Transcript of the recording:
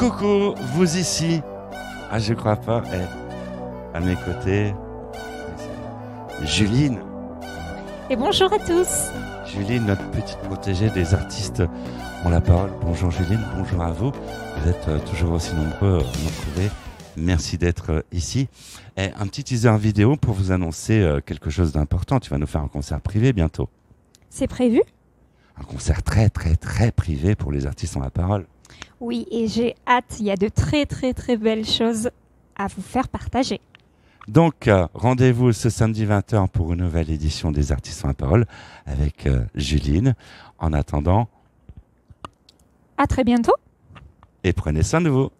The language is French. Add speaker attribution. Speaker 1: Coucou, vous ici Ah, je crois pas. Eh, à mes côtés, Juline.
Speaker 2: Et bonjour à tous.
Speaker 1: Juline, notre petite protégée des artistes ont la parole. Bonjour Juline, bonjour à vous. Vous êtes euh, toujours aussi nombreux à nous retrouver. Merci d'être euh, ici. Et un petit teaser vidéo pour vous annoncer euh, quelque chose d'important. Tu vas nous faire un concert privé bientôt.
Speaker 2: C'est prévu
Speaker 1: Un concert très très très privé pour les artistes ont la parole.
Speaker 2: Oui, et j'ai hâte. Il y a de très très très belles choses à vous faire partager.
Speaker 1: Donc, euh, rendez-vous ce samedi 20h pour une nouvelle édition des Artistes en parole avec euh, Juline. En attendant,
Speaker 2: À très bientôt.
Speaker 1: et prenez soin de vous.